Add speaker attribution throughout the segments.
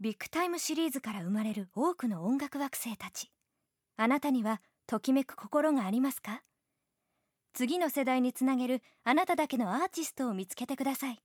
Speaker 1: ビッグタイムシリーズから生まれる多くの音楽惑星たちあなたにはときめく心がありますか次の世代につなげるあなただけのアーティストを見つけてください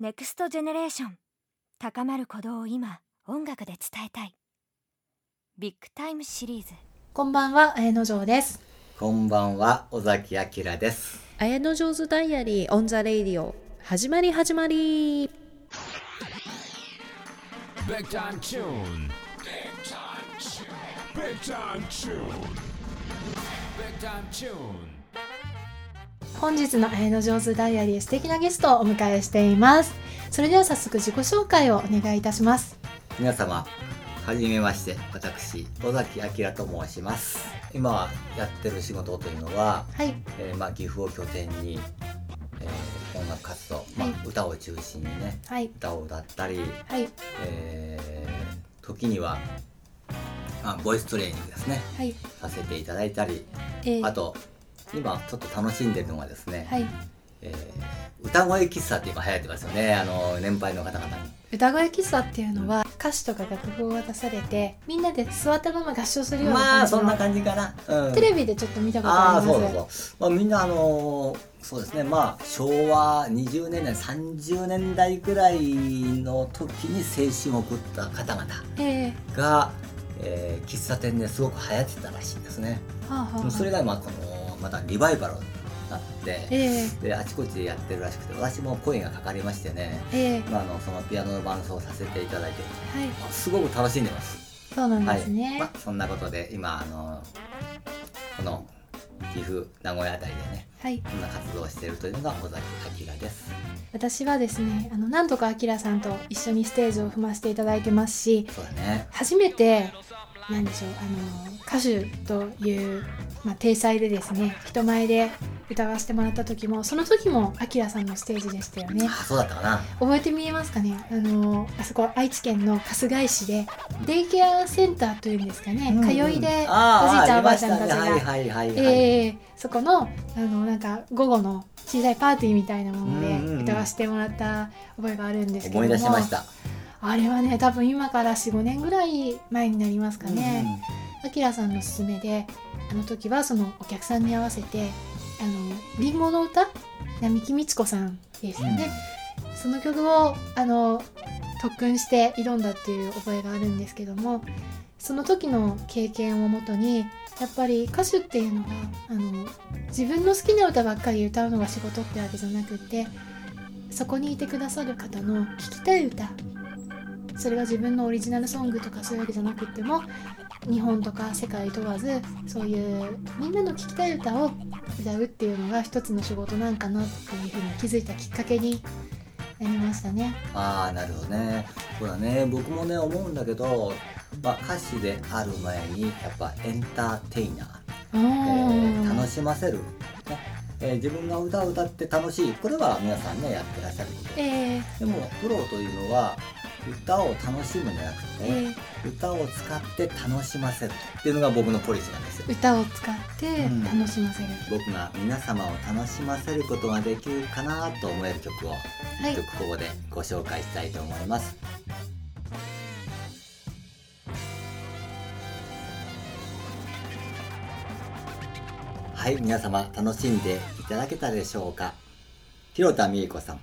Speaker 1: ネクストジェネレーション高まる鼓動を今音楽で伝えたいビッグタイムシリーズ
Speaker 2: こんばんは、綾野城です。
Speaker 3: こんばんは、尾崎明です。
Speaker 2: 綾野城ズダイアリーオンザレイディオ始まり始まり。
Speaker 4: Big time tune. Big time tune. Big time tune.
Speaker 2: 本日の綾野城ズダイアリー素敵なゲストをお迎えしています。それでは早速自己紹介をお願いいたします。
Speaker 3: 皆様、はじめまして、私、尾崎明と申します。今やってる仕事というのは、
Speaker 2: はい、
Speaker 3: えーまあ、岐阜を拠点に、えー音楽活動、まあ
Speaker 2: は
Speaker 3: 歌を中心にね、
Speaker 2: はい、
Speaker 3: 歌を歌ったり、
Speaker 2: はい、
Speaker 3: えー時には、まあ、ボイストレーニングですね、
Speaker 2: はい、
Speaker 3: させていただいたり、
Speaker 2: えー、
Speaker 3: あと、今ちょっと楽しんでるのがですね、
Speaker 2: はい、
Speaker 3: えー歌声喫茶って今流行ってますよね、あの、年配の方々に。
Speaker 2: 歌声喫茶っていうのは歌詞とか楽譜を渡されてみんなで座ったまま合唱するような感じの。
Speaker 3: まあそんな感じかな、うん
Speaker 2: テレビでちょっと見たこと
Speaker 3: あ
Speaker 2: あ
Speaker 3: あ
Speaker 2: りま
Speaker 3: そう
Speaker 2: す。
Speaker 3: そうそう、まあ、みんなあのーそうですねまあ昭和20年代30年代ぐらいの時に青春を送った方々
Speaker 2: ええ
Speaker 3: が、えー喫茶店ですごく流行ってたらしいんですね
Speaker 2: はあ、はあ、
Speaker 3: それがまあこのまたリバイバルになって
Speaker 2: ええ
Speaker 3: であちこちでやってるらしくて私も声がかかりましてね、
Speaker 2: ええ
Speaker 3: まあ、あのそのピアノの伴奏をさせていただいて
Speaker 2: はい、
Speaker 3: あすごく楽しんでます
Speaker 2: そうなん
Speaker 3: は
Speaker 2: で
Speaker 3: い
Speaker 2: すね。
Speaker 3: まあ、そんなことで今あのこの岐阜名古屋あたりでね
Speaker 2: はい
Speaker 3: こんな活動をしているというのが尾崎明です
Speaker 2: 私はですねあの何度かあきらさんと一緒にステージを踏ませていただいてますし
Speaker 3: そうだね
Speaker 2: 初めてなんでしょうあの歌手という、まあ、体裁でですね人前で歌わせてもらった時もその時もあきらさんのステージでしたよね
Speaker 3: あそうだったかな
Speaker 2: 覚えてみえますかねあのあそこ愛知県の春日井市でデイケアセンターというんですかね、通いでおじいちゃんおばあちゃんたちが、
Speaker 3: はいはいはいはい、
Speaker 2: えーそこのあのなんか午後の小さいパーティーみたいなも
Speaker 3: うんうん
Speaker 2: の
Speaker 3: う
Speaker 2: で
Speaker 3: ん
Speaker 2: 歌わせてもらった覚えがあるんですけども
Speaker 3: 思い出しました
Speaker 2: あれはね多分今から45年ぐらい前になりますかね
Speaker 3: うん
Speaker 2: あきらさんの勧めであの時はそのお客さんに合わせて「あのリンゴの歌」並木美智子さんですよね、その曲をあの特訓して挑んだっていう覚えがあるんですけどもその時の経験をもとにやっぱり歌手っていうのがあの自分の好きな歌ばっかり歌うのが仕事ってわけじゃなくてそこにいてくださる方の聴きたい歌それが自分のオリジナルソングとかそういうわけじゃなくても日本とか世界問わずそういうみんなの聴きたい歌を歌うっていうのが一つの仕事なんかなっていうふうに気づいたきっかけになりましたね。
Speaker 3: ああなるほどねそうだね僕もね思うんだけど、まあ、歌手である前にやっぱエンターテイナー
Speaker 2: え
Speaker 3: えー楽しませる、ねえー自分が歌を歌って楽しいこれは皆さんねやってらっしゃること
Speaker 2: えー
Speaker 3: でもプロというのは歌を楽しむんじゃなくて、
Speaker 2: え
Speaker 3: 歌を使って楽しませるっていうのが僕のポリシーなんですよ
Speaker 2: ー歌を使って楽しませる、
Speaker 3: 僕が皆様を楽しませることができるかなと思える曲を
Speaker 2: はい
Speaker 3: 一曲ここでご紹介したいと思います、はい皆様楽しんでいただけたでしょうか広田美恵子さん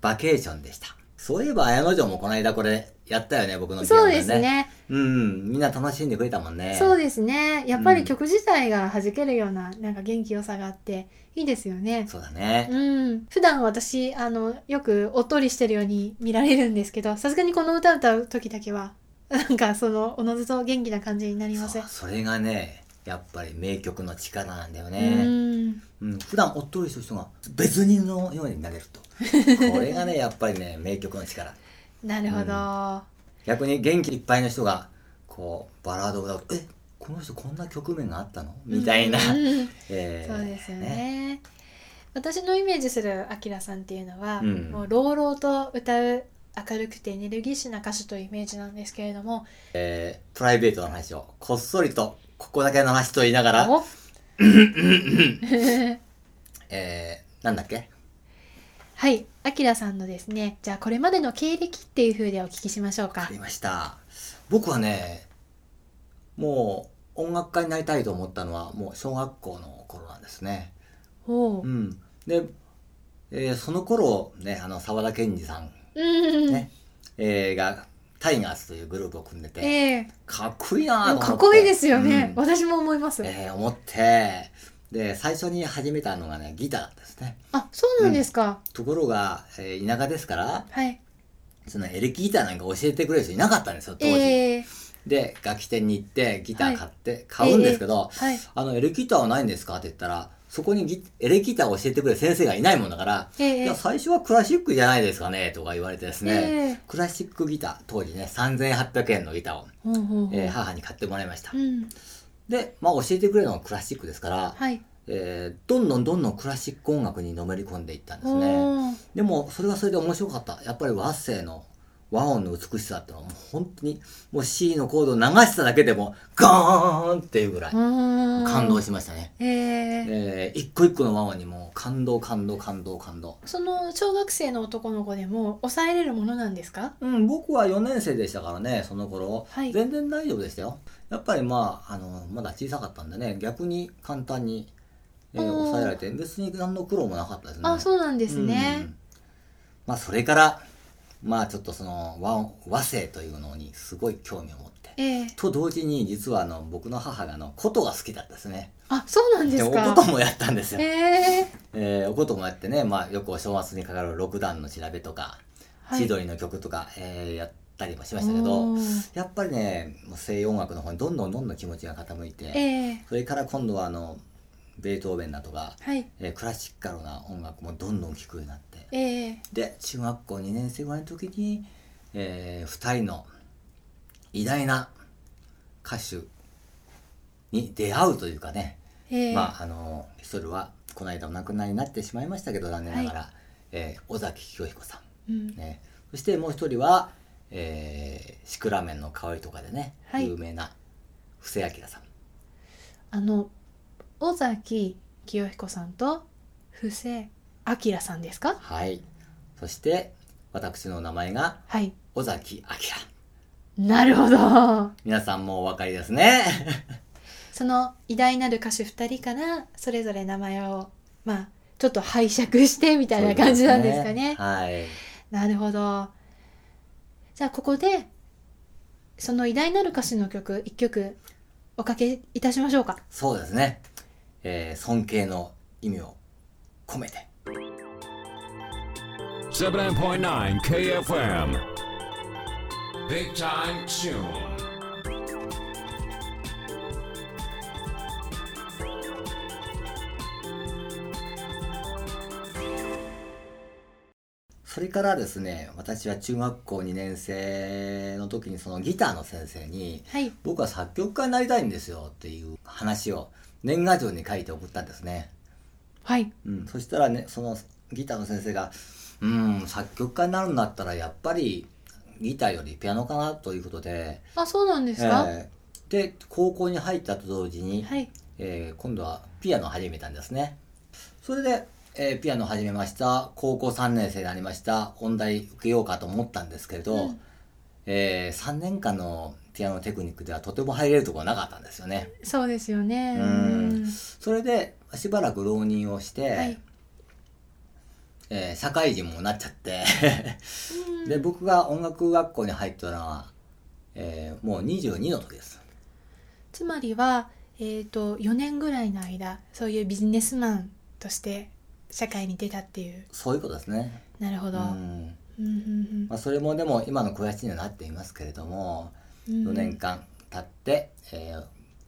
Speaker 3: バケーションでしたそういえば綾野城もこの間これやったよね僕のピアノ
Speaker 2: そうですね
Speaker 3: うんみんな楽しんでくれたもんね
Speaker 2: そうですねやっぱり曲自体が弾けるようななんか元気よさがあっていいですよね
Speaker 3: そうだね、
Speaker 2: うん普段私あのよくおっとりしてるように見られるんですけどさすがにこの歌歌う時だけは なんかそのおのずと元気な感じになりま
Speaker 3: そ
Speaker 2: せん
Speaker 3: うそれがねやっぱり名曲の力なんだよ
Speaker 2: う
Speaker 3: ね、
Speaker 2: ん
Speaker 3: うん、普段おっとりしてる人が別人のようにな れるとこれがねやっぱりね名曲の力
Speaker 2: なるほど、
Speaker 3: うん逆に元気いっぱいの人がこうバラードを歌うとえこの人こんな局面があったのみたいな、
Speaker 2: うん
Speaker 3: えー
Speaker 2: そうですよね私のイメージするあきらさんっていうのは、
Speaker 3: うん
Speaker 2: もう朗々と歌う明るくてエネルギッシュな歌手というイメージなんですけれども
Speaker 3: えープライベートの話をこっそりとここだけの話と言いながら、
Speaker 2: お
Speaker 3: えーなんだっけ
Speaker 2: はい、あきらさんのですね、じゃあこれまでの経歴っていう風でお聞きしましょうか
Speaker 3: あ。りました僕はねもう音楽家になりたいと思ったのはもう小学校の頃なんですね
Speaker 2: おう
Speaker 3: う。んで、えーその頃ねあの沢田研二さん、
Speaker 2: うん。
Speaker 3: ねえーがタイガースというグループを組んでて、
Speaker 2: ええ
Speaker 3: かっこいいな
Speaker 2: でも
Speaker 3: と思って
Speaker 2: かっこいいですよね。
Speaker 3: うん
Speaker 2: 私も思います。
Speaker 3: えー思ってで最初に始めたのがねギターだったんですね
Speaker 2: あ、そうなんですか。
Speaker 3: ところが、えー田舎ですから
Speaker 2: はい。
Speaker 3: そのエレキギターなんか教えてくれる人いなかったんですよ当時、
Speaker 2: ええ
Speaker 3: で楽器店に行ってギター買って、買うんですけど、
Speaker 2: はい。
Speaker 3: あのエレキギターはないんですかって言ったらそこにギエレキギターを教えてくれる先生がいないもんだから、
Speaker 2: ええ
Speaker 3: いや最初はクラシックじゃないですかねとか言われてですね、
Speaker 2: ええ
Speaker 3: クラシックギター当時ね3800円のギターを、
Speaker 2: ほうほうほう
Speaker 3: えー母に買ってもらいました、
Speaker 2: うん。
Speaker 3: で、まあ、教えてくれるのはクラシックですから、
Speaker 2: はい。
Speaker 3: えーどんどんどんどんクラシック音楽にのめり込んでいったんですね
Speaker 2: おー
Speaker 3: でもそれはそれで面白かったやっぱり和声の和音の美しさってのはもう本当にもう C のコードを流しただけでもガーンっていうぐらい
Speaker 2: うん。
Speaker 3: 感動しましたね、
Speaker 2: ええ
Speaker 3: えー一個一個の和音にもう感動感動感動感動
Speaker 2: その小学生の男の子でも抑えれるものなんですか
Speaker 3: うん僕は4年生でしたからねその頃、
Speaker 2: はい
Speaker 3: 全然大丈夫でしたよやっぱりまああのまだ小さかったんでね逆に簡単に、えー
Speaker 2: おー
Speaker 3: 抑えられて別に何の苦労もなかったですね
Speaker 2: あ、そうなんです
Speaker 3: う
Speaker 2: ね。
Speaker 3: んまあそれからまあちょっとその和和声というのにすごい興味を持って
Speaker 2: ええ
Speaker 3: と同時に実はあの僕の母があの琴が好きだったですね
Speaker 2: あ、そうなんで
Speaker 3: ですお
Speaker 2: か。
Speaker 3: 琴もやったんですよ、
Speaker 2: え
Speaker 3: え
Speaker 2: え
Speaker 3: ーお琴もやってね、まあ、よくお正月にかかる六段の調べとか、
Speaker 2: はい
Speaker 3: 千鳥の曲とか、えーやったりもしましたけど
Speaker 2: おー
Speaker 3: やっぱりねもう西洋音楽の方にどんどんどんどん気持ちが傾いて、
Speaker 2: ええ
Speaker 3: それから今度はあのベートーベンだとか、
Speaker 2: はい。
Speaker 3: えークラシカルな音楽もどんどん聴くようになって
Speaker 2: ええ
Speaker 3: で中学校2年生ぐらいの時に、え2人の偉大な歌手に出会うというかね、
Speaker 2: ええ
Speaker 3: まああの一人はこの間お亡くなりになってしまいましたけど残念ながら、えー尾崎清彦さ
Speaker 2: うん
Speaker 3: ん、、ね、そしてもう一人は、えーシクラメンの香りとかでね、
Speaker 2: はい
Speaker 3: 有名な布施明さん
Speaker 2: あの尾崎清彦さんと布施明さんですか
Speaker 3: はいそして私の名前が
Speaker 2: はい
Speaker 3: 尾崎明
Speaker 2: なるほど
Speaker 3: 皆さんもうお分かりですね
Speaker 2: その偉大なる歌手2人からそれぞれ名前をまあちょっと拝借してみたいな感じなんですかね
Speaker 3: はい
Speaker 2: なるほどじゃあここでその偉大なる歌手の曲1曲おかけいたしましょうか
Speaker 3: そうですね、えー尊敬の意味を込めて
Speaker 4: 79.9 KFM. Big time tune.
Speaker 3: それからですね私は中学校2年生の時にそのギターの先生に
Speaker 2: はい
Speaker 3: 僕は作曲家になりたいんですよっていう話を年賀状に書いて送ったんですね、
Speaker 2: はい
Speaker 3: うん、そしたらねそのギターの先生がうん作曲家になるんだったらやっぱりギターよりピアノかなということで、
Speaker 2: あそうなんですか、
Speaker 3: えーで高校に入ったと同時に、
Speaker 2: はい
Speaker 3: えー今度はピアノを始めたんですねそれで、えーピアノを始めました高校3年生になりました音大受けようかと思ったんですけれど、
Speaker 2: うん
Speaker 3: え3年間のピアノテクニックではとても入れるところなかったんですよね
Speaker 2: そうですよね
Speaker 3: うんそれでしばらく浪人をして、
Speaker 2: はい
Speaker 3: えー社会人もなっちゃって
Speaker 2: うん
Speaker 3: で僕が音楽学校に入ったのは、えーもう22の時です
Speaker 2: つまりは、えー、と4年ぐらいの間そういうビジネスマンとして社会に出たっていう
Speaker 3: そういうことですね
Speaker 2: なるほ
Speaker 3: う
Speaker 2: ど、うん
Speaker 3: ん
Speaker 2: うんうん
Speaker 3: まあ、それもでも今の肥やしにはなっていますけれども
Speaker 2: うん
Speaker 3: 4年間経って、えー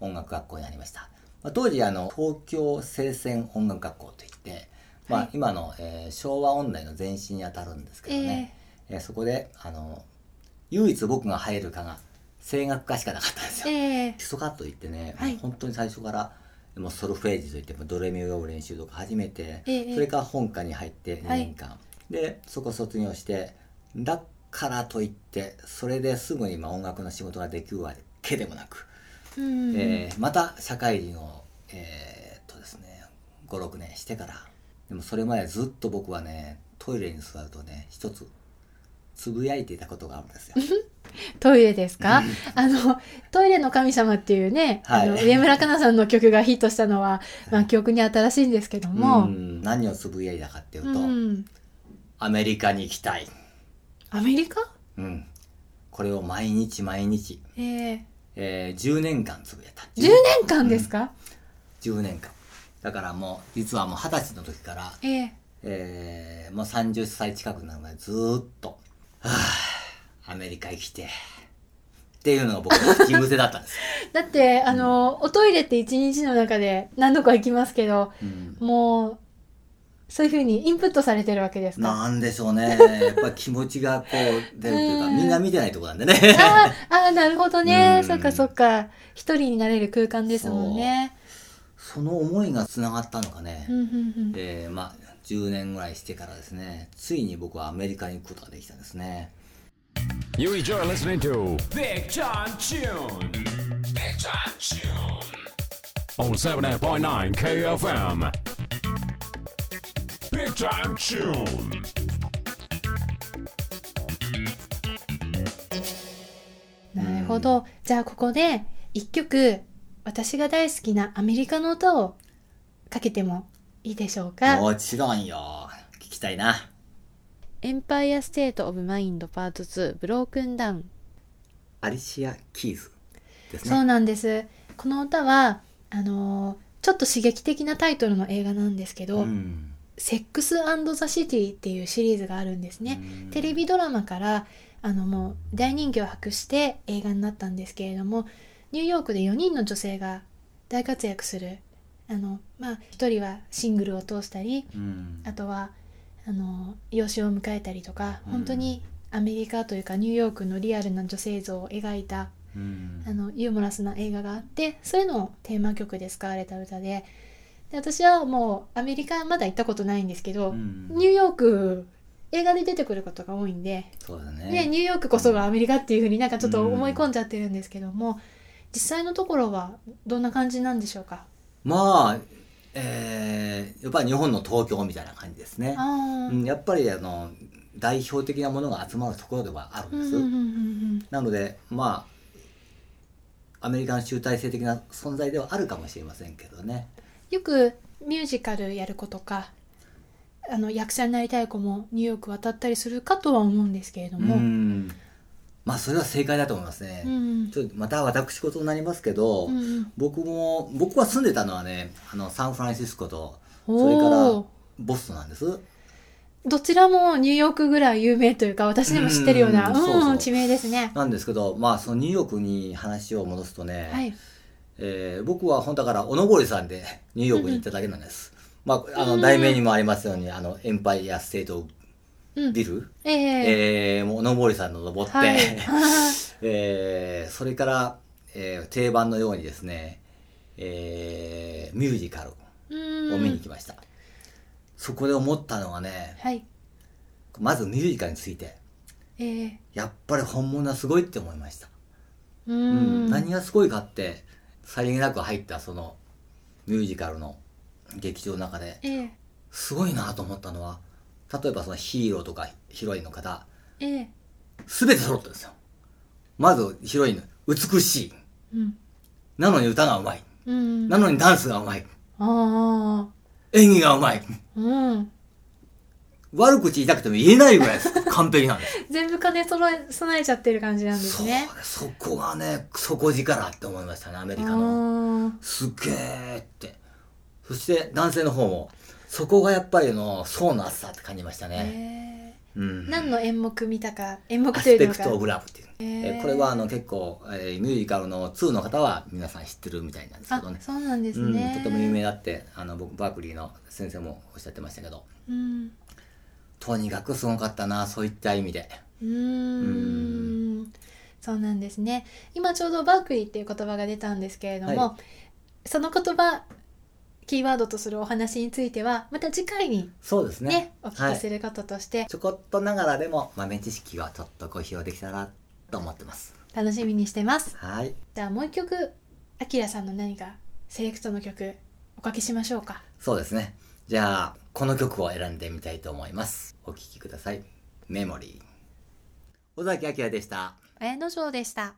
Speaker 3: 音楽学校になりました、まあ、当時あの東京清泉音楽学校といって、ま
Speaker 2: はい
Speaker 3: あ、今の、えー昭和音大の前身にあたるんですけどね、えーそこであの唯一僕が入る科が声楽科しかなかったんです
Speaker 2: え
Speaker 3: よ、
Speaker 2: え
Speaker 3: 基礎科といってね、
Speaker 2: はい
Speaker 3: もう本当に最初からもうソルフェージといってもうドレミを練習とか始めて、
Speaker 2: ええ
Speaker 3: それから本科に入って2
Speaker 2: はい
Speaker 3: 年間、でそこ卒業してだからといってそれですぐにまあ音楽の仕事ができるわけでもなく、
Speaker 2: うん
Speaker 3: えーまた社会人をえーっとですね56年してからでもそれまでずっと僕はねトイレに座るとね一つつぶやいていたことがあるんですよ
Speaker 2: トイレです かあの、トイレの神様っていうね、
Speaker 3: はい
Speaker 2: あの上村かなさんの曲がヒットしたのは、まあ、記憶に新しいんですけど
Speaker 3: う
Speaker 2: も、
Speaker 3: ん何をつぶやいたかっていう
Speaker 2: う
Speaker 3: と、
Speaker 2: ん、
Speaker 3: アメリカに行きたい、
Speaker 2: アメリカ
Speaker 3: うん、これを毎日毎日、
Speaker 2: えー、
Speaker 3: えー10年間つぶやいた
Speaker 2: 10年間ですか、
Speaker 3: 10年間だからもう実はもう二十歳の時から、
Speaker 2: えー、
Speaker 3: えーもう30歳近くなるまでずーっと「はあアメリカ行きてえ」っていうのが僕の口癖だったんですよ、
Speaker 2: だって、あの、おトイレって一日の中で何度か行きますけど、
Speaker 3: うん
Speaker 2: もう、そういうふうにインプットされてるわけですか。
Speaker 3: なんでしょうね。やっぱり気持ちがこう出るというか、
Speaker 2: うん
Speaker 3: みんな見てないとこなんでね。
Speaker 2: あーあー、なるほどね
Speaker 3: う。ん
Speaker 2: そっかそっか。一人になれる空間ですもんね。
Speaker 3: その思いがつながったのかね
Speaker 2: う。んうんうん
Speaker 3: えーまあ、10年ぐらいしてからですね、ついに僕はアメリカに行くことができたんですね。
Speaker 4: You enjoy listening to Big Time Tune. Big Time Tune. On 78.9 KFM. Big Time Tune.
Speaker 2: なるほど。じゃあ、ここで、一曲、私が大好きなアメリカの歌をかけてもいいでしょうか。
Speaker 3: もちろんよ。聞きたいな。
Speaker 2: エンパイアステートオブマインドパート2ブロークンダウン。
Speaker 3: アリシア・キーズです
Speaker 2: そう
Speaker 3: ね。
Speaker 2: なんです。この歌は、あのーちょっと刺激的なタイトルの映画なんですけど、
Speaker 3: ん。
Speaker 2: セックスザ・シティっていうシリーズがあるんですね。
Speaker 3: うん
Speaker 2: テレビドラマから、あのもう大人気を博して映画になったんですけれども、ニューヨークで4人の女性が大活躍する。あの、まあ、一人はシングルを通したり、
Speaker 3: うん。
Speaker 2: あとは、あの、養子を迎えたりとか、
Speaker 3: うん
Speaker 2: 本当にアメリカというかニューヨークのリアルな女性像を描いた
Speaker 3: うん
Speaker 2: あのユーモラスな映画があってそういうのをテーマ曲で使われた歌でで私はもうアメリカまだ行ったことないんですけど、
Speaker 3: うん
Speaker 2: ニューヨーク映画で出てくることが多いんで、
Speaker 3: そうだ
Speaker 2: ね、
Speaker 3: ね。
Speaker 2: ニューヨークこそがアメリカっていうふうになんかちょっと思い込んじゃってるんですけども、実際のところはどんな感じなんでしょうか
Speaker 3: まあ、えー、やっぱり日本の東京みたいな感じですね。
Speaker 2: あー
Speaker 3: うん、やっぱりあの代表的なものが集まるところではある
Speaker 2: うんん
Speaker 3: で
Speaker 2: うん
Speaker 3: す、
Speaker 2: うんうん
Speaker 3: なのでまあアメリカの集大成的な存在ではあるかもしれませんけどね
Speaker 2: よくミュージカルやる子とかあの役者になりたい子もニューヨーク渡ったりするかとは思うんですけれど
Speaker 3: う
Speaker 2: も。
Speaker 3: んまあそれは正解だと思いますね、
Speaker 2: うん
Speaker 3: ちょっとまた私事になりますけど、
Speaker 2: うんうん
Speaker 3: 僕も僕は住んでたのはねあのサンフランシスコとそれから
Speaker 2: おお
Speaker 3: ボストンなんです
Speaker 2: どちらもニューヨークぐらい有名というか私でも知ってるようなう
Speaker 3: う
Speaker 2: ん
Speaker 3: そうそうん
Speaker 2: 地名ですね
Speaker 3: なんですけどまあそのニューヨークに話を戻すとね、
Speaker 2: はい
Speaker 3: えー僕は本当だから、おのぼりさんでニューヨークに行っただけなんです。まあ、あ
Speaker 2: う
Speaker 3: の、
Speaker 2: ん
Speaker 3: 題名にもありますように、あの、エンパイアステート
Speaker 2: うん
Speaker 3: ビル、
Speaker 2: ええ
Speaker 3: えーもうおのぼりさんの登って、
Speaker 2: はい
Speaker 3: えーそれから、えー定番のようにですね、えーミュージカル
Speaker 2: う
Speaker 3: を
Speaker 2: ん
Speaker 3: 見に来ました。そこで思ったのがね、
Speaker 2: はい
Speaker 3: まずミュージカルについて、
Speaker 2: ええ
Speaker 3: やっぱり本物はすごいって思いました。
Speaker 2: う
Speaker 3: う
Speaker 2: ん
Speaker 3: ん何がすごいかってさりげなく入ったそのミュージカルの劇場の中で
Speaker 2: ええ
Speaker 3: すごいなと思ったのは例えばそのヒーローとかヒロインの方
Speaker 2: ええ
Speaker 3: 全て揃ってるんですよまずヒロイン美しい
Speaker 2: うん
Speaker 3: なのに歌がうまい
Speaker 2: うん
Speaker 3: なのにダンスがうまい
Speaker 2: ああ
Speaker 3: 演技がうまい
Speaker 2: うん
Speaker 3: 悪口言いたくても言えないぐら いです完璧なんです
Speaker 2: 全部金揃え備えちゃってる感じなんですね
Speaker 3: そうそこがね底力って思いましたねアメリカの
Speaker 2: あ
Speaker 3: すげーってそして男性の方もそこがやっぱりあの層の厚さって感じました
Speaker 2: あえ
Speaker 3: ね、
Speaker 2: え
Speaker 3: うん
Speaker 2: 何の演目見たか演目
Speaker 3: ア
Speaker 2: とい
Speaker 3: スペ
Speaker 2: うの
Speaker 3: クト・オ
Speaker 2: か
Speaker 3: ブ・ラブっていう、
Speaker 2: え
Speaker 3: え
Speaker 2: え
Speaker 3: ーこれはあの結構、えーミュージカルの2の方は皆さん知ってるみたいなんですけ
Speaker 2: あ
Speaker 3: どね
Speaker 2: そうなんです
Speaker 3: うん、
Speaker 2: ね
Speaker 3: とても有名だってあの僕バークリーの先生もおっしゃってましたけど
Speaker 2: うん
Speaker 3: とにかくすごかったなそういった意味で
Speaker 2: うーんそうなんですね今ちょうどバークリーっていう言葉が出たんですけれども、
Speaker 3: は
Speaker 2: その言葉キーワードとするお話についてはまた次回に
Speaker 3: そうです
Speaker 2: ね
Speaker 3: ね
Speaker 2: お聞
Speaker 3: は
Speaker 2: きす
Speaker 3: い、
Speaker 2: ることとして
Speaker 3: ちょこっとながらでも豆知識はちょっとご披露できたらと思ってます
Speaker 2: 楽しみにしてます、
Speaker 3: はい
Speaker 2: じゃあもう一曲アキラさんの何かセレクトの曲おかけしましょうか
Speaker 3: そうですね。じゃあ、この曲を選んでみたいと思います。お聴きください。メモリー。尾崎明でした。
Speaker 2: 綾野城でした。